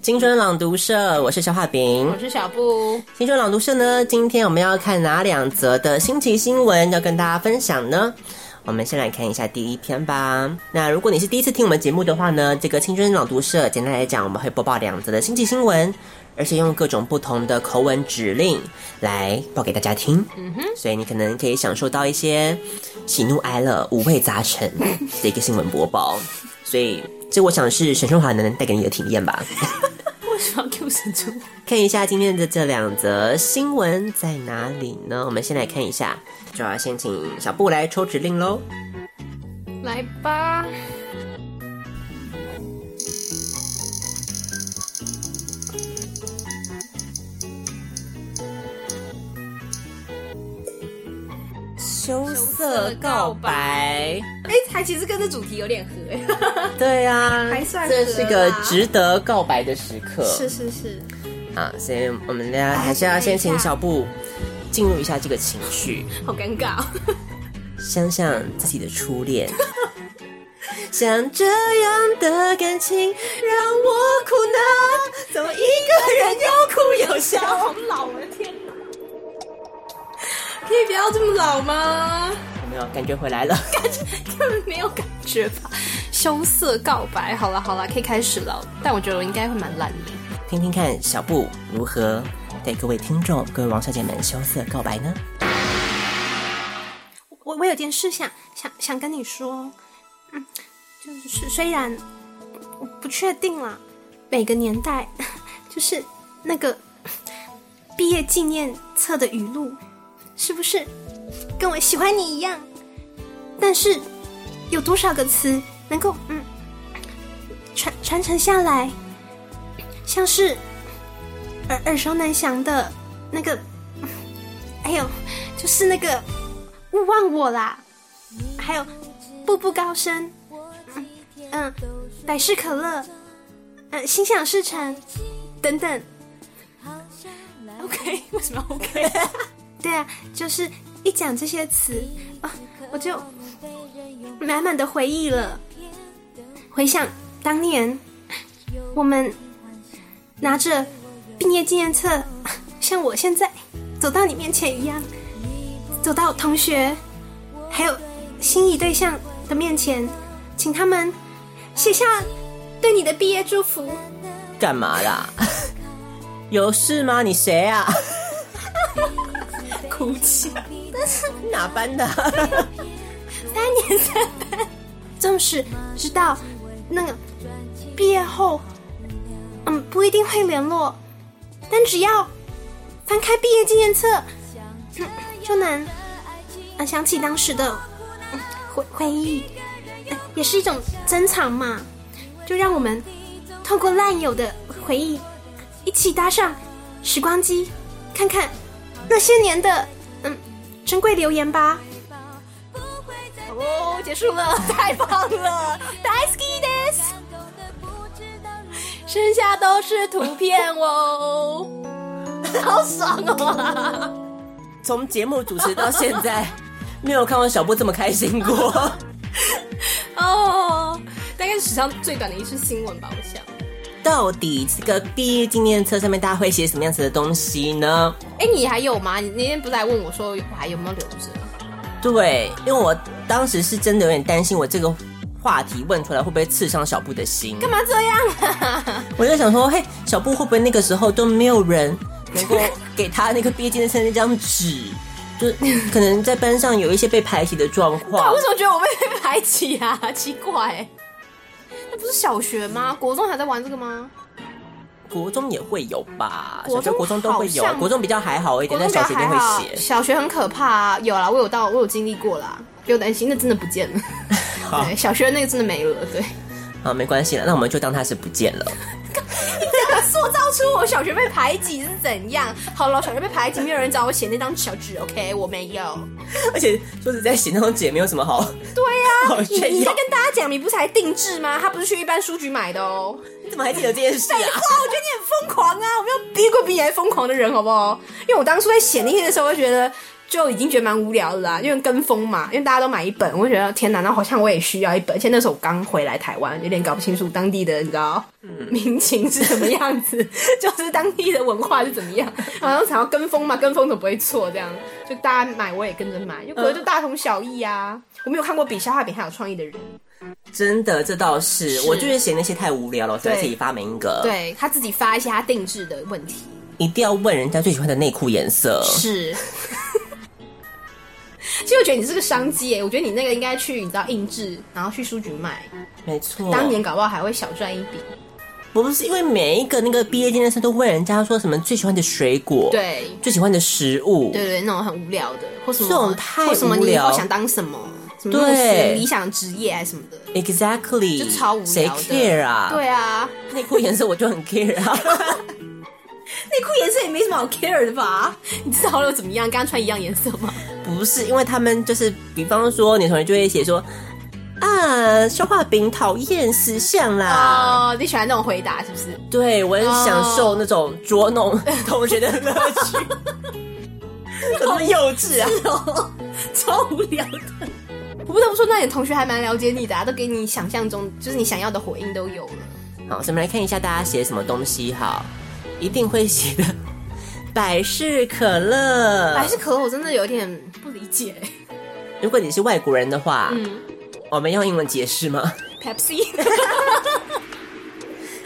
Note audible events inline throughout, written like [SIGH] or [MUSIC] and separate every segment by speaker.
Speaker 1: 青春朗读社，我是小画饼，
Speaker 2: 我是小布。
Speaker 1: 青春朗读社呢，今天我们要看哪两则的新奇新闻要跟大家分享呢？我们先来看一下第一篇吧。那如果你是第一次听我们节目的话呢，这个青春朗读社，简单来讲，我们会播报两则的新奇新闻，而且用各种不同的口吻指令来报给大家听。嗯哼，所以你可能可以享受到一些喜怒哀乐、五味杂陈的一个新闻播报。所以，这我想是沈春华能带给你的体验吧。
Speaker 2: 为什么要 Q 神猪？
Speaker 1: 看一下今天的这两则新闻在哪里呢？我们先来看一下，就要先请小布来抽指令喽。
Speaker 2: 来吧，
Speaker 1: 羞涩告白，
Speaker 2: 哎、还其实跟这主题有点合哎、
Speaker 1: 对啊，
Speaker 2: 还算
Speaker 1: 这是
Speaker 2: 合
Speaker 1: 个
Speaker 2: 啦
Speaker 1: 值得告白的时
Speaker 2: [LAUGHS]
Speaker 1: 刻。
Speaker 2: 是是是，
Speaker 1: 啊，所以我们呢还是要先请小布进入一下这个情绪，
Speaker 2: 好尴尬、 [LAUGHS] 哦。
Speaker 1: 想想自己的初 [LAUGHS] 恋。像这样的感情让我苦恼，怎么一个人又哭又笑？
Speaker 2: 好老，我的天哪！哦可以不要这么老吗？ [LAUGHS]
Speaker 1: 有没有感觉回来了？
Speaker 2: 根本没有感觉吧？羞涩告白，好了好了，可以开始了。但我觉得我应该会蛮烂的。
Speaker 1: 听听看小布如何对各位听众、各位王小姐们羞涩告白呢？
Speaker 2: 我我有件事想想想跟你说，嗯，就是虽然我不确定啦，每个年代就是那个毕业纪念册的语录，是不是跟我喜欢你一样？但是有多少个词能够嗯传传承下来？像是耳耳熟能详的那个，哎呦，就是那个。勿忘我啦，还有步步高升，嗯，嗯百事可乐，嗯，心想事成，等等。OK，为什么 OK？对 [LAUGHS] 啊，就是一讲这些词啊，我就满满的回忆了。回想当年，我们拿着毕业纪念册，像我现在走到你面前一样，走到同学还有心仪对象的面前，请他们写下对你的毕业祝福。
Speaker 1: 干嘛啦？ [LAUGHS] 有事吗？你谁啊？ [LAUGHS]
Speaker 2: 哭泣。
Speaker 1: 哪班的？
Speaker 2: 三年三班，纵使知道那个毕业后，嗯，不一定会联络，但只要翻开毕业纪念册，嗯就能嗯想起当时的、嗯回回忆、嗯也是一种珍藏嘛。就让我们透过烂友的回忆，一起搭上时光机，看看那些年的嗯珍贵留言吧。哦，结束了，太棒了 d a i s k i this，剩下都是图片哦， [LAUGHS] 好爽哦！
Speaker 1: 从节目主持到现在， [LAUGHS] 没有看过小布这么开心过。 [LAUGHS]
Speaker 2: 哦，大概是史上最短的一次新闻吧，我想。
Speaker 1: 到底这个毕业纪念册上面大家会写什么样子的东西呢？
Speaker 2: 哎，你还有吗？你那天不是来问我说我还有没有留着？
Speaker 1: 对，因为我当时是真的有点担心，我这个话题问出来会不会刺伤小布的心？
Speaker 2: 干嘛这样 [LAUGHS] 啊？
Speaker 1: 我在想说，嘿，小布会不会那个时候都没有人能够给他那个毕业纪念册那张纸？就可能在班上有一些被排挤的状况
Speaker 2: 哦为，什么觉得我被被排挤啊？奇怪、那不是小学吗？国中还在玩这个吗？
Speaker 1: 国中也会有吧？
Speaker 2: 国
Speaker 1: 小
Speaker 2: 中
Speaker 1: 学、国中都会有
Speaker 2: 好，像
Speaker 1: 国中比较还好一点，但
Speaker 2: 国中
Speaker 1: 小
Speaker 2: 比
Speaker 1: 学
Speaker 2: 较
Speaker 1: 一
Speaker 2: 还
Speaker 1: 定
Speaker 2: 好啊
Speaker 1: 会写。
Speaker 2: 小学很可怕啊，有啦，我有到，我有经历过啦，不用担心，那真的不见
Speaker 1: [LAUGHS]
Speaker 2: 了。对，小学那个真的没了，对，
Speaker 1: 啊，没关系了，那我们就当它是不见了。
Speaker 2: 塑造出我小学被排挤是怎样？好了，小学被排挤，没有人找我写那张小纸，OK，我没有。
Speaker 1: 而且说实在，写那种纸也没有什么好，
Speaker 2: 对呀、
Speaker 1: [LAUGHS] 好
Speaker 2: 你
Speaker 1: 炫
Speaker 2: 你在
Speaker 1: 耀
Speaker 2: 跟大家讲，你不是还定制吗？他不是去一般书局买的哦。
Speaker 1: 你怎么还记得这件事
Speaker 2: [LAUGHS] 废话
Speaker 1: 啊？，
Speaker 2: 我觉得你很疯狂啊！我没有逼过比你还疯狂的人，好不好？因为我当初在写那些的时候，我就觉得就已经觉得蛮无聊的啦，因为跟风嘛，因为大家都买一本，我就觉得天哪，那好像我也需要一本。而且那时候我刚回来台湾，有点搞不清楚当地的你知道民情是什么样子， [LAUGHS] 就是当地的文化是怎么样。好像想要跟风嘛，跟风总不会错，这样就大家买我也跟着买，就可能就大同小异啊。我没有看过比消化饼还有创意的人，
Speaker 1: 真的，这倒是，
Speaker 2: 是
Speaker 1: 我就是嫌那些太无聊了，我才
Speaker 2: 对
Speaker 1: 自己发明一个。，
Speaker 2: 对他自己发一些他定制的问题。
Speaker 1: 一定要问人家最喜欢的内裤颜色。
Speaker 2: 是。 [LAUGHS] 其实我觉得你是个商机耶，我觉得你那个应该去，你知道印制，然后去书局卖，
Speaker 1: 没错，
Speaker 2: 当年搞不好还会小赚一笔。
Speaker 1: 不是因为每一个那个毕业纪念生都问人家说什么最喜欢的水果，，
Speaker 2: 对，
Speaker 1: 最喜欢的食物，
Speaker 2: 对对，那种很无聊的，或什么
Speaker 1: 这种太
Speaker 2: 或什么
Speaker 1: 无
Speaker 2: 你以后
Speaker 1: 聊
Speaker 2: 想当什么，什么
Speaker 1: 对
Speaker 2: 牧师理想职业还是什么的，
Speaker 1: ，exactly，
Speaker 2: 就超无
Speaker 1: 谁
Speaker 2: 聊的。
Speaker 1: care 啊？， [LAUGHS]
Speaker 2: 对啊，
Speaker 1: 内裤颜色我就很 care 啊。
Speaker 2: 内裤颜色也没什么好 care 的吧？你至少又怎么样？跟他穿一样颜色吗？
Speaker 1: 不是，因为他们就是，比方说，你同学就会写说。啊，消化饼讨厌死相啦！
Speaker 2: 哦，你喜欢那种回答是不是？
Speaker 1: 对我很享受那种捉
Speaker 2: 哦
Speaker 1: 弄 [LAUGHS] 同学的乐趣，
Speaker 2: [LAUGHS]
Speaker 1: 怎么那么幼稚啊？
Speaker 2: 哦，超无聊的。我不得不说，那你同学还蛮了解你的、啊，都给你想象中就是你想要的回应都有了。
Speaker 1: 好，所以我们来看一下大家写什么东西哈，一定会写的 [LAUGHS] 百事可乐。
Speaker 2: 百事可乐我真的有点不理解、
Speaker 1: [LAUGHS] 如果你是外国人的话，
Speaker 2: 嗯
Speaker 1: 我们用英文解释吗？ [LAUGHS]
Speaker 2: Pepsi
Speaker 1: 因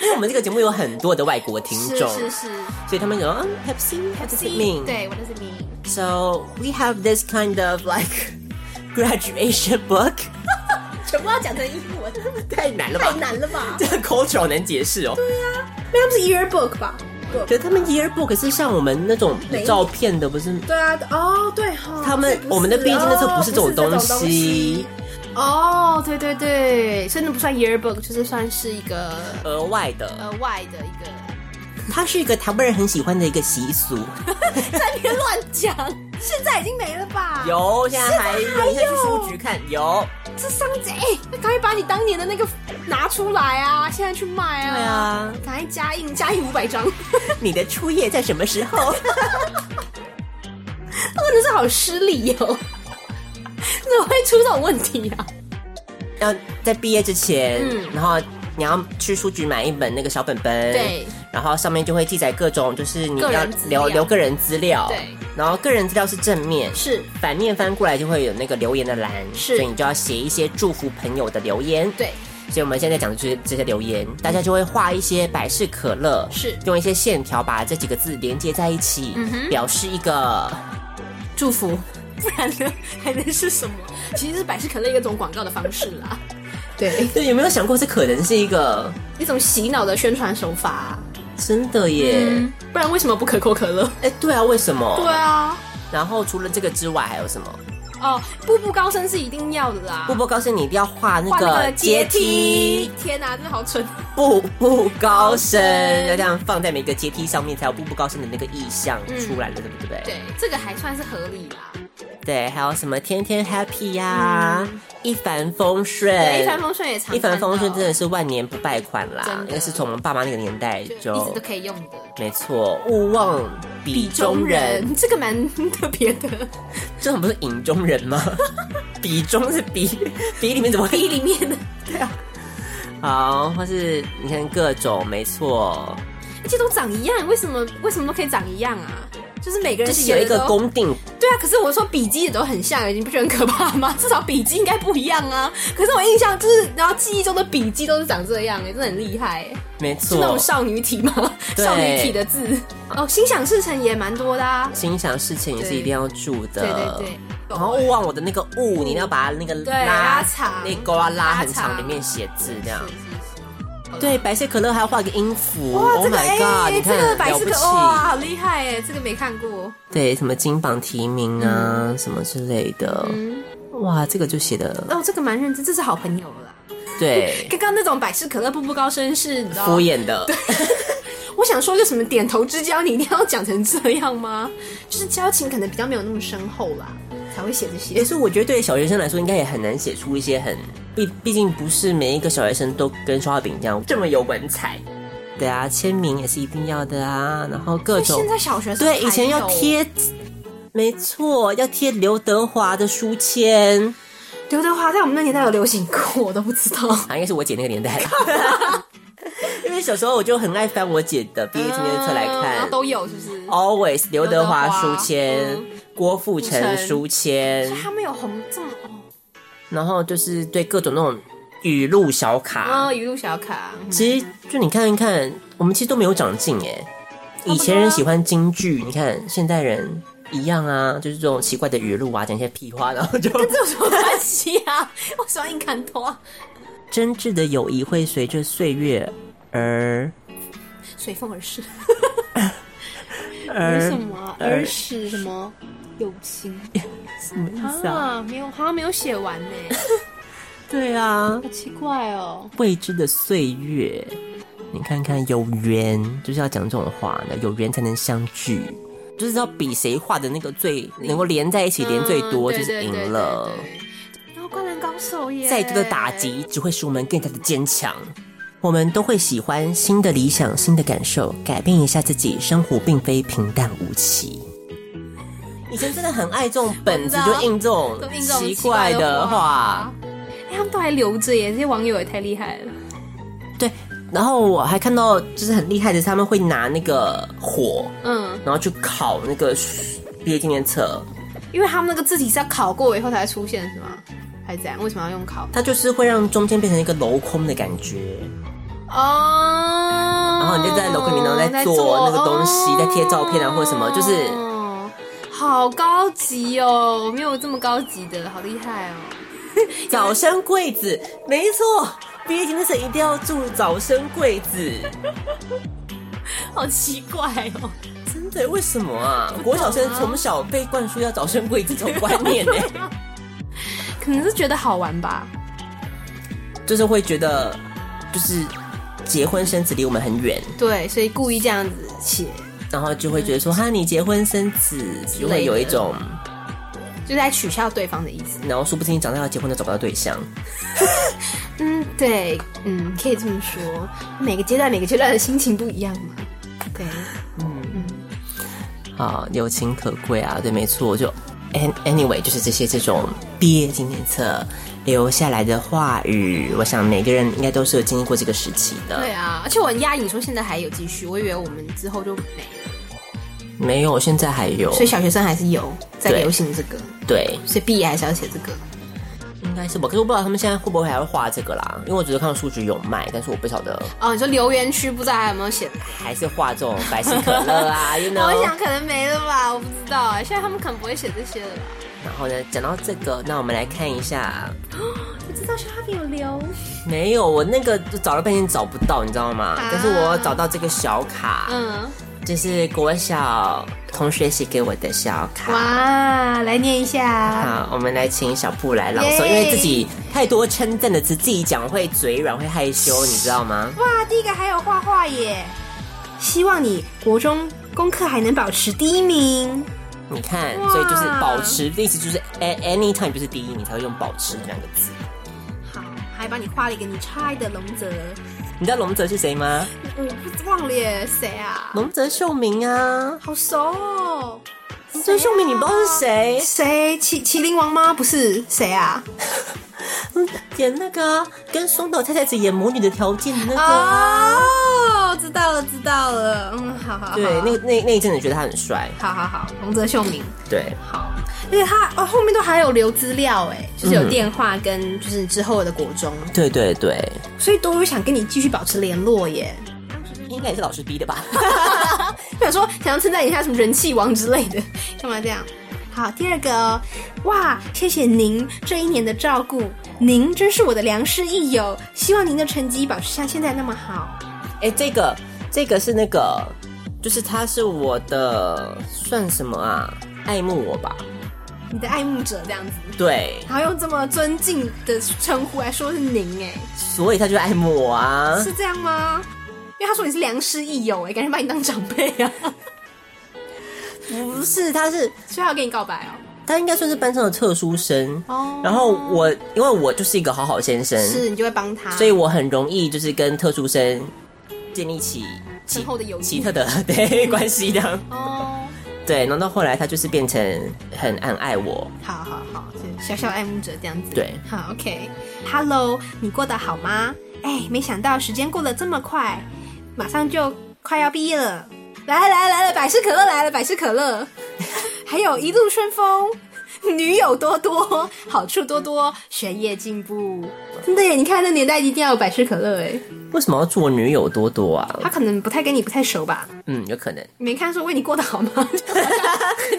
Speaker 1: 为我们这个节目有很多的外国听
Speaker 2: 是
Speaker 1: 众，
Speaker 2: 是是
Speaker 1: 所以他们有啊 Pepsi，Pepsi，what does it mean？
Speaker 2: Pepsi，对，What does it mean？
Speaker 1: So we have this kind of like [LAUGHS] graduation book， [LAUGHS]
Speaker 2: 全部要讲成英文，
Speaker 1: 太难了
Speaker 2: 太
Speaker 1: 吧？
Speaker 2: 难了
Speaker 1: [LAUGHS]
Speaker 2: 吧？
Speaker 1: 这个 culture 好难解释哦。
Speaker 2: 那不是 yearbook 吧？
Speaker 1: 可是他们 yearbook 是像我们那种
Speaker 2: 没有
Speaker 1: 照片的，不是？
Speaker 2: 对啊，哦对哈
Speaker 1: 他们我们的毕业纪念册不是这种东西。
Speaker 2: 哦，对对对，所以那不算 yearbook，就是算是一个
Speaker 1: 额外的，
Speaker 2: 额外的一个
Speaker 1: 它是一个台湾人很喜欢的一个习俗。
Speaker 2: 在别乱讲，现在已经没了吧？
Speaker 1: 有，现在还
Speaker 2: 还有
Speaker 1: 有，现在去书局看有。
Speaker 2: 这商家，哎、赶快把你当年的那个拿出来啊，现在去卖啊！
Speaker 1: 对，啊，
Speaker 2: 赶快加印，加印五百张， [LAUGHS] 哦或
Speaker 1: 你的初夜在什么时候？
Speaker 2: 者是好失礼哦， [LAUGHS] 怎么会出这种问题啊？
Speaker 1: 要在毕业之前，
Speaker 2: 嗯
Speaker 1: 然后你要去书局买一本那个小本本，
Speaker 2: 对，
Speaker 1: 然后上面就会记载各种，就是你
Speaker 2: 个
Speaker 1: 要
Speaker 2: 人资料
Speaker 1: 留留个人资料，
Speaker 2: 对，
Speaker 1: 然后个人资料是正面，
Speaker 2: 是
Speaker 1: 反面翻过来就会有那个留言的栏，
Speaker 2: 是
Speaker 1: 所以你就要写一些祝福朋友的留言，。
Speaker 2: 对，
Speaker 1: 所以我们现在讲的就是这些留言，大家就会画一些百事可乐，
Speaker 2: 是嗯
Speaker 1: 用一些线条把这几个字连接在一起，表示一个
Speaker 2: 祝福，不然呢还能是什么？其实是百事可乐一种广告的方式啦，对，
Speaker 1: 对，有没有想过这可能是一个
Speaker 2: 一种洗脑的宣传手法、
Speaker 1: 真的耶？哎、
Speaker 2: 嗯，不然为什么不可口可乐？
Speaker 1: 对啊，为什么？
Speaker 2: 对啊，
Speaker 1: 然后除了这个之外，还有什么？
Speaker 2: 哦，步步高升是一定要的啦，
Speaker 1: 步步高升，你一定要画那
Speaker 2: 换啊那
Speaker 1: 个
Speaker 2: 个阶梯，，天哪、真的好蠢。
Speaker 1: 步步高升，要这样放在每个阶梯上面，才有步步高升的那个意象出来了，对不对？
Speaker 2: 嗯对，这个还算是合理啦。
Speaker 1: 对，还有什么天天 happy 呀、一帆风顺，
Speaker 2: 嗯对，一帆风顺也常哦
Speaker 1: 一帆风
Speaker 2: 看
Speaker 1: 顺
Speaker 2: 到
Speaker 1: 真的是万年不败款
Speaker 2: 真的
Speaker 1: 啦，那个是从我们爸妈那个年代
Speaker 2: 就一直
Speaker 1: 就
Speaker 2: 都可以用的。
Speaker 1: 没错，勿忘比中人，，
Speaker 2: 这个蛮 [LAUGHS] 特别的。
Speaker 1: 这种不是影中人吗？ [LAUGHS] 比中是比比里面怎么
Speaker 2: 第一里面的，
Speaker 1: 好，或是你看各种，没错，
Speaker 2: 而且都长一样，为什么为什么都可以长一样啊？就是每个
Speaker 1: 就
Speaker 2: 人
Speaker 1: 是有一
Speaker 2: 写的
Speaker 1: 个
Speaker 2: 都
Speaker 1: 公定
Speaker 2: 对啊，可是我说笔记也都很像，你不觉得很可怕吗？ [LAUGHS] 至少笔记应该不一样啊。可是我印象就是，然后记忆中的笔记都是长这样、欸，真的很厉害、欸。
Speaker 1: 没
Speaker 2: 是那
Speaker 1: 错
Speaker 2: 种，少女体吗？
Speaker 1: 哦对
Speaker 2: 少女体的字哦，心想事成也蛮多的啊。
Speaker 1: 心想事情也是一定要住的。
Speaker 2: 对对对。
Speaker 1: 然后勿忘我的那个物，你一定要把那个
Speaker 2: 对
Speaker 1: 拉
Speaker 2: 拉长
Speaker 1: 那勾啊拉很
Speaker 2: 拉
Speaker 1: 长，
Speaker 2: 长
Speaker 1: 里面写字这样
Speaker 2: 是。是是
Speaker 1: 对，白色可乐还要画个音符。
Speaker 2: 哇，
Speaker 1: Oh
Speaker 2: 这个
Speaker 1: my god！
Speaker 2: 哎，
Speaker 1: 你
Speaker 2: 这个
Speaker 1: 看
Speaker 2: 百
Speaker 1: 了
Speaker 2: 事
Speaker 1: 不
Speaker 2: 可
Speaker 1: 起。
Speaker 2: 哇，好厉害哎，这个没看过。
Speaker 1: 对，什么金榜题名
Speaker 2: 嗯
Speaker 1: 啊，什么之类的。哇，这个就写的
Speaker 2: 哦，这个蛮认真，这是好朋友了啦。
Speaker 1: 对
Speaker 2: [LAUGHS] 刚刚那种百事可乐步步高升是，你知道
Speaker 1: 敷衍的。
Speaker 2: 我
Speaker 3: 我想说，就什么点头之交，你一定要讲成这样吗？ [LAUGHS] 就是交情可能比较没有那么深厚啦，才会写这
Speaker 1: 也
Speaker 3: 些。
Speaker 1: 是我觉得对小学生来说，应该也很难写出一些很毕，毕竟不是每一个小学生都跟烧饼一样这么有文采。对啊，签名也是一定要的啊，然后各种
Speaker 3: 现在小学生
Speaker 1: 对以前
Speaker 3: 还有
Speaker 1: 要贴，没错，要贴刘德华的书签
Speaker 3: 刘德华，在我们那年代有流行过，我都不
Speaker 1: [LAUGHS]
Speaker 3: 知道。
Speaker 1: 啊，应该是我姐那个年代了。 [LAUGHS] 因为小时候我就很爱翻我姐的毕业纪念册来
Speaker 3: 嗯然
Speaker 1: 看哦
Speaker 3: 后、 [LAUGHS] 都有是不是？
Speaker 1: a l w a y s 刘德华书签、
Speaker 3: 嗯
Speaker 1: 郭富城
Speaker 3: 城
Speaker 1: 书签
Speaker 3: 所以，他们有红这么哦，
Speaker 1: 然后就是对各种那种语录小卡，
Speaker 3: 啊，一路小卡， [LAUGHS] 嗯
Speaker 1: 其实就你看一看，我们其实都没有长进哎。以前人喜欢京剧，你看现代人一样啊，就是这种奇怪的语录啊，讲一些屁话，然
Speaker 2: [LAUGHS]
Speaker 1: 后就
Speaker 3: 这有什么关系啊？ [LAUGHS] 我喜欢硬砍拖，
Speaker 1: 真挚的友谊会随着岁月而
Speaker 3: 随风而逝。
Speaker 1: 而呃
Speaker 2: 什么儿时什么友情
Speaker 1: 呃什么意思啊？
Speaker 2: 啊？没有，好像没有写完呢，
Speaker 1: 对啊，
Speaker 2: 好奇怪哦。
Speaker 1: 未知的岁月，你看看有缘就是要讲这种话的，有缘才能相聚，就是要比谁画的那个最能够连在一起，连最多
Speaker 2: 嗯
Speaker 1: 就是赢了。
Speaker 2: 对对对对对
Speaker 3: 然后灌篮高手耶，
Speaker 1: 再多的打击只会使我们更加的坚强。我们都会喜欢新的理想、新的感受，改变一下自己。生活并非平淡无奇。以前真的很爱这种本子，就印这种
Speaker 2: 都印这种
Speaker 1: 奇
Speaker 2: 奇怪
Speaker 1: 怪的
Speaker 2: 的
Speaker 1: 话
Speaker 2: 话。哎，他们都还留着耶，这些网友也太厉害了。
Speaker 1: 对，然后我还看到就是很厉害的，他们会拿那个火，
Speaker 2: 嗯，
Speaker 1: 然后去烤那个毕业纪念册。
Speaker 2: 因为他们那个字体是要考过以后才会出现，是吗？还是怎样？为什么要用考？
Speaker 1: 它就是会让中间变成一个镂空的感觉，
Speaker 2: 哦，
Speaker 1: 然后你就在楼空里，然后在做那个东西，在贴照片啊或者什么，就是
Speaker 2: 哦好高级哦，我没有这么高级的，好厉害哦。
Speaker 1: 早生贵子，没错，毕业纪念册一定要祝早生贵子。
Speaker 2: 好奇怪哦，
Speaker 1: 真的？为什么啊？国小生从小被灌输要早生贵子这种观念呢、
Speaker 2: 可能是觉得好玩吧。
Speaker 1: 就是会觉得，就是结婚生子离我们很远，
Speaker 2: 对，所以故意这样子写，
Speaker 1: 然后就会觉得说，哈，你结婚生子，就会有一种，
Speaker 2: 就在取笑对方的意思。
Speaker 1: 然后说不定长大要结婚都找不到对象。
Speaker 2: 嗯，对，嗯，可以这么说。每个阶段，每个阶段的心情不一样嘛。对，
Speaker 1: 啊，友情可贵啊，对，没错，就 an anyway，就是这些这种毕业纪念册留下来的话语，我想每个人应该都是有经历过这个时期的。
Speaker 2: 对啊，而且我很压抑，你说现在还有继续，我以为我们之后就没了。
Speaker 1: 没有，现在还有
Speaker 2: 所。以小学生还是有在
Speaker 1: 对
Speaker 2: 流行这个，
Speaker 1: 对，
Speaker 2: 所以毕业还是要写这个。
Speaker 1: 应该是吧。可是我不知道他们现在会不会还会画这个啦，因为我只是看到书局有卖，但是我不晓得
Speaker 2: 哦，你说留言区不知道还有没有写
Speaker 1: 还是画这种百事可乐啊，you know。
Speaker 2: [LAUGHS] 我想可能没了吧，我不知道哎，现在他们可能不会写这些了吧？
Speaker 1: 然后呢，讲到这个，那我们来看一下，
Speaker 2: 你知道小哈比有留，
Speaker 1: 没有，我那个就找了半天找不到，你知道吗？但是我找到这个小卡，
Speaker 2: 啊嗯，
Speaker 1: 就是国小同学写给我的小卡。
Speaker 2: 哇，来念一下，
Speaker 1: 好，我们来请小布来朗诵，
Speaker 2: 耶
Speaker 1: 因为自己太多称赞的词，自己讲会嘴软，会害羞，你知道吗？
Speaker 2: 哇，第一个还有画画耶，希望你国中功课还能保持第一名，
Speaker 1: 你看，
Speaker 2: 哇
Speaker 1: 所以就是保持的意思，就是 a- anytime 就是第一，你才会用保持这两个字。
Speaker 2: 好，还帮你画了一个你超爱的龙泽，
Speaker 1: 你知道龙泽是谁吗？
Speaker 2: 我不忘了耶，谁啊？
Speaker 1: 龙泽秀明啊，
Speaker 2: 好熟哦，
Speaker 1: 龙泽秀明你不知道是谁？
Speaker 2: 谁？麒麒麟王吗？不是，谁啊？
Speaker 1: 嗯演那个啊、跟松岛菜菜子演魔女的条件的那个啊。
Speaker 2: 哦，知道了，知道了，嗯，好好好，
Speaker 1: 对，那个那那一阵子觉得他很帅，
Speaker 2: 好好好，龙泽秀明。
Speaker 1: 对，
Speaker 2: 好，而且他哦后面都还有留资料哎，就是有
Speaker 1: 嗯
Speaker 2: 电话跟就是之后的国中，
Speaker 1: 对对对，
Speaker 2: 所以多多想跟你继续保持联络耶。
Speaker 1: 应该也是老师逼的吧？ [LAUGHS]
Speaker 2: 想说想要称赞一下什么人气王之类的，干嘛这样？好，第二个哦，哇，谢谢您这一年的照顾，您真是我的良师益友，希望您的成绩保持像现在那么好。
Speaker 1: 哎、这个这个是那个，就是他是我的算什么啊？爱慕我吧？
Speaker 2: 你的爱慕者这样子，
Speaker 1: 对，
Speaker 2: 然后用这么尊敬的称呼来说是您哎，
Speaker 1: 所以他就爱慕我啊。
Speaker 2: 是这样吗？因为他说你是良师益友，哎，感觉把你当长辈啊，
Speaker 1: 不是，他是
Speaker 2: 所以他要跟你告白哦。
Speaker 1: 他应该算是班上的特殊生。
Speaker 2: 哦
Speaker 1: 然后我因为我就是一个好好先生，
Speaker 2: 是你就会帮他，
Speaker 1: 嗯所以我很容易就是跟特殊生建立起奇
Speaker 2: 深厚的友谊
Speaker 1: 奇特的 [LAUGHS] 对关系这样。
Speaker 2: 哦，
Speaker 1: 对，然后到后来他就是变成很很爱我。
Speaker 2: 好好好，就小小爱慕者这样子。
Speaker 1: 对，
Speaker 2: 好，OK，Hello，、你过得好吗？哎，没想到时间过得这么快，马上就快要毕业了。来来来了，百事可乐来了，百事可乐， [LAUGHS] 还有一路顺风，女友多多，好处多多，学业进步。真的耶，你看那年代一定要有百事可乐哎，
Speaker 1: 为什么要做女友多多啊？
Speaker 2: 他可能不太跟你不太熟吧？
Speaker 1: 嗯，有可能
Speaker 2: 没看说为你过得好吗？ [LAUGHS]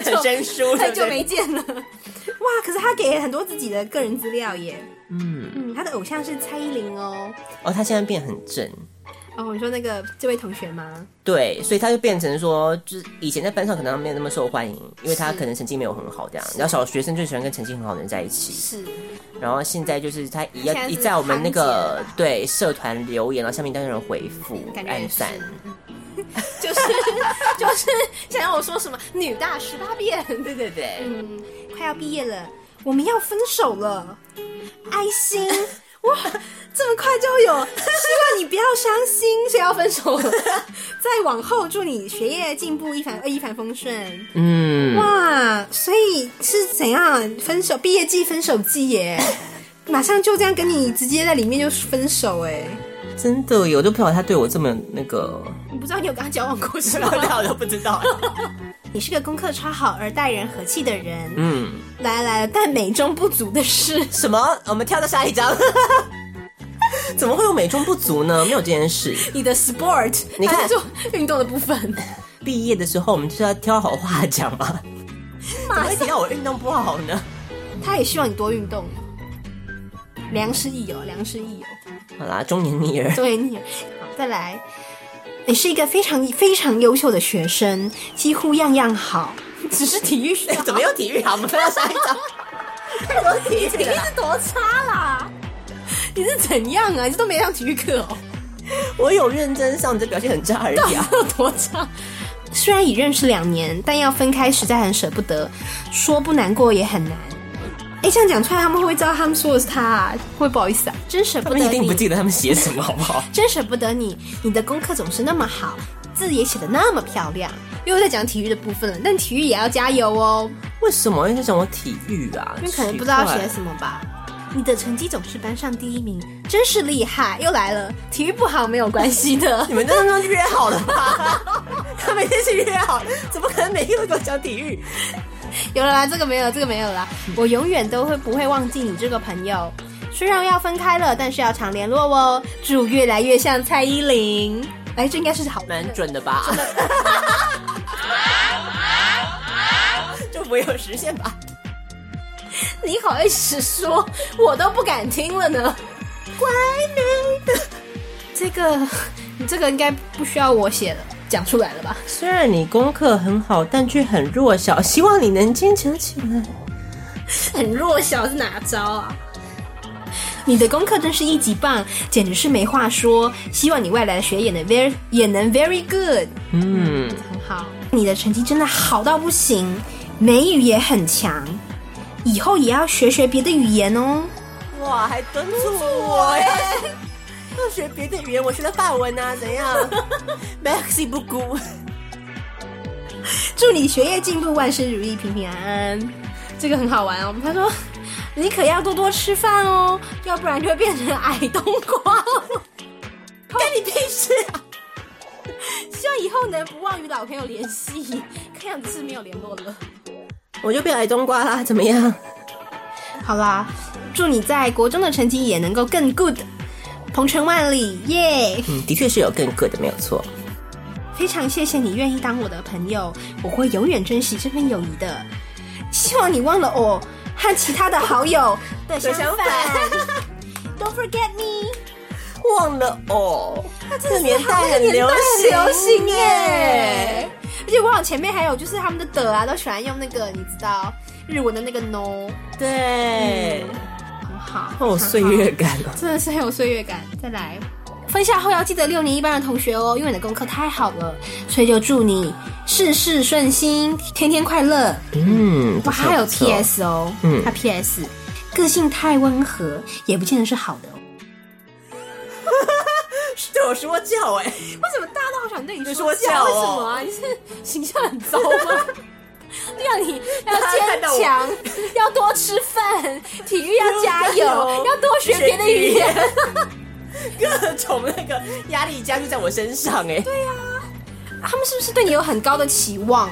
Speaker 2: 就
Speaker 1: [LAUGHS] 很生
Speaker 2: [LAUGHS]
Speaker 1: 疏，
Speaker 2: 太
Speaker 1: 对不
Speaker 2: 久
Speaker 1: 对
Speaker 2: 没见了。哇，可是他给很多自己的个人资料耶。
Speaker 1: 嗯
Speaker 2: 嗯，他的偶像是蔡依林哦。
Speaker 1: 哦，他现在变很正。
Speaker 2: 哦，你说那个这位同学吗？
Speaker 1: 对，所以他就变成说，就是以前在班上可能没有那么受欢迎，因为他可能成绩没有很好这样。然后小学生最喜欢跟成绩很好的人在一起。
Speaker 2: 是，
Speaker 1: 然后现在就是他一
Speaker 2: 现在
Speaker 1: 要
Speaker 2: 是
Speaker 1: 一在我们那
Speaker 2: 堂
Speaker 1: 个
Speaker 2: 姐吧
Speaker 1: 对社团留言，然后下面一堆人回复
Speaker 2: 感觉
Speaker 1: 暗
Speaker 2: 也是
Speaker 1: 赞。。
Speaker 2: 就是 [LAUGHS] 就是想让我说什么女大十八变，对对对，嗯，快要毕业了，我们要分手了，爱 [LAUGHS] 心哇，这么快就有，希望你不要伤心，所以要分手 [LAUGHS] 了，再往后祝你学业进步一帆呃一帆风顺，
Speaker 1: 嗯，
Speaker 2: 哇，所以是怎样分手？毕业季、分手季耶， [LAUGHS] 马上就这样跟你直接在里面就分手哎！
Speaker 1: 真的有，我都不知道他对我这么那个，
Speaker 2: [LAUGHS] 你不知道你有跟他交往过是
Speaker 1: 我我都不知道。
Speaker 2: [LAUGHS] 你是个功课超好而待人和气的人。
Speaker 1: 嗯，
Speaker 2: 来来来，但美中不足的是，
Speaker 1: 什么？我们跳到下一张。 [LAUGHS] 怎么会有美中不足呢？没有这件事。
Speaker 2: [LAUGHS] 你的 sport，
Speaker 1: 你看
Speaker 2: 它是做运动的部分， [LAUGHS]
Speaker 1: 毕业的时候，我们就是要挑好话讲嘛。怎么会提到我运动不好呢？
Speaker 2: 他也希望你多运动。良师益友，良师益友。
Speaker 1: 好啦，中年逆儿，
Speaker 2: 作为你，好再来，你是一个非常非常优秀的学生，几乎样样好，只是体育
Speaker 1: [LAUGHS] 怎么又体育好？我们跳到下一张。
Speaker 2: 啊
Speaker 1: 我体育
Speaker 2: 体育哦是多差啦！你是怎样啊？你都没上体育课哦，
Speaker 1: [LAUGHS] 我有认真上，你这表现很差而
Speaker 2: 到底
Speaker 1: 已 [LAUGHS] 啊。
Speaker 2: 有多差？虽然已认识两年，但要分开实在很舍不得，说不难过也很难。哎，这样讲出来，他们会不会知道他们说的是他、啊？会不好意思啊，真舍
Speaker 1: 他
Speaker 2: 不得
Speaker 1: 们
Speaker 2: 你，
Speaker 1: 一定不记得他们写什么，好不好？
Speaker 2: 真舍不得你，你的功课总是那么好，字也写的那么漂亮。因为我在讲体育的部分了，但体育也要加油哦，
Speaker 1: [LAUGHS] 为什么要讲我体育啊？
Speaker 2: 因为可能不知道
Speaker 1: 奇怪
Speaker 2: 写什么吧。你的成绩总是班上第一名，真是厉害！又来了，体育不好没有关系
Speaker 1: [LAUGHS]
Speaker 2: 的
Speaker 1: 你，们在那边约好了吧？ [LAUGHS] 他们一定是约好，怎么可能每一个都跟我讲体育？
Speaker 2: 有了啦，这个没有，这个没有啦。我永远都会不会忘记你这个朋友，虽然要分开了，但是要常联络哦。祝越来越像蔡依林，哎，这应该是好
Speaker 1: 蛮准的 [LAUGHS] 吧？就没有实现吧？
Speaker 2: 你好意思说，我都不敢听了呢。乖妹的，这个你这个应该不需要我写了，讲出来了吧？
Speaker 1: [LAUGHS] 虽然你功课很好，但却很弱小，希望你能坚强起来。
Speaker 2: 很弱小是哪招啊？你的功课真是一级棒，简直是没话说。希望你未来的学也能 very 也能 very good，
Speaker 1: 嗯，
Speaker 2: 很好。你的成绩真的好到不行，美语也很强，以后也要学学别的语言哦。
Speaker 1: 哇，还敦促我耶！
Speaker 2: [LAUGHS]
Speaker 1: 要学别的语言，我学的法文啊，怎样 [LAUGHS] ？Maxi 不孤，
Speaker 2: 祝你学业进步，万事如意，平平安安。这个很好玩哦。他说，你可要多多吃饭哦，要不然就会变成矮冬瓜哦。关你屁事啊！希望以后能不忘与老朋友联系，看样子是没有联络了。
Speaker 1: 我就变矮冬瓜啦，怎么样？
Speaker 2: 好啦，祝你在国中的成绩也能够更 good，鹏程万里，耶、
Speaker 1: 嗯，的确是有更个的，没有错。
Speaker 2: 非常谢谢你愿意当我的朋友，我会永远珍惜这份友谊的。希望你忘了我和其他的好友的想法。Don't [LAUGHS] forget me，
Speaker 1: 忘了哦，这个年代
Speaker 2: 这
Speaker 1: 很
Speaker 2: 年
Speaker 1: 流
Speaker 2: 代
Speaker 1: 行，
Speaker 2: 流行耶！而且我好像前面还有就是他们的的啊，都喜欢用那个你知道日文的那个 no，
Speaker 1: 对，
Speaker 2: 很好，
Speaker 1: 好有岁月感哦。
Speaker 2: 嗯真的是很有岁月感。再来，分校后要记得六年一班的同学哦，因为你的功课太好了，所以就祝你事事顺心，天天快乐。
Speaker 1: 嗯，不
Speaker 2: 哇，
Speaker 1: 错
Speaker 2: 还有
Speaker 1: 不错
Speaker 2: PS 哦，
Speaker 1: 嗯
Speaker 2: 他 PS 个性太温和，也不见得是好的哦。
Speaker 1: 对我说教哎、
Speaker 2: 为什么大家都好想对你
Speaker 1: 说教教哦为什么
Speaker 2: 啊？你是形象很糟吗？ [LAUGHS] 要你要
Speaker 1: 大家看到我
Speaker 2: 坚强，要多吃饭，体育要加油，[LAUGHS]
Speaker 1: 要
Speaker 2: 要多学别的语言。
Speaker 1: 各种那个压力加注在我身上哎、对，
Speaker 2: [LAUGHS] 他们是不是对你有很高的期望？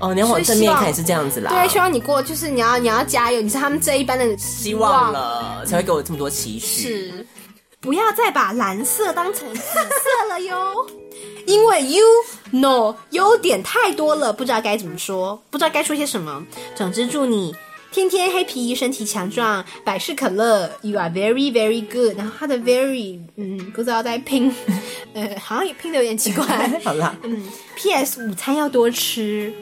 Speaker 1: 哦，你要往正面看也是这样子啦，
Speaker 2: 对，希望你过，就是你要你要加油，你是他们这一班的
Speaker 1: 希
Speaker 2: 希
Speaker 1: 望了才会给我这么多期许。。
Speaker 2: 是，不要再把蓝色当成紫色了哟， [LAUGHS] 因为 you know 优点太多了，不知道该怎么说，不知道该说些什么。总之，祝你天天黑皮，身体强壮，百事可乐。You are very very good。然后他的 very，嗯，不知道在拼， [LAUGHS] 呃，好像也拼的有点奇怪
Speaker 1: [LAUGHS]
Speaker 2: [LAUGHS]
Speaker 1: 好啦，
Speaker 2: 嗯，P.S. 午餐要多吃，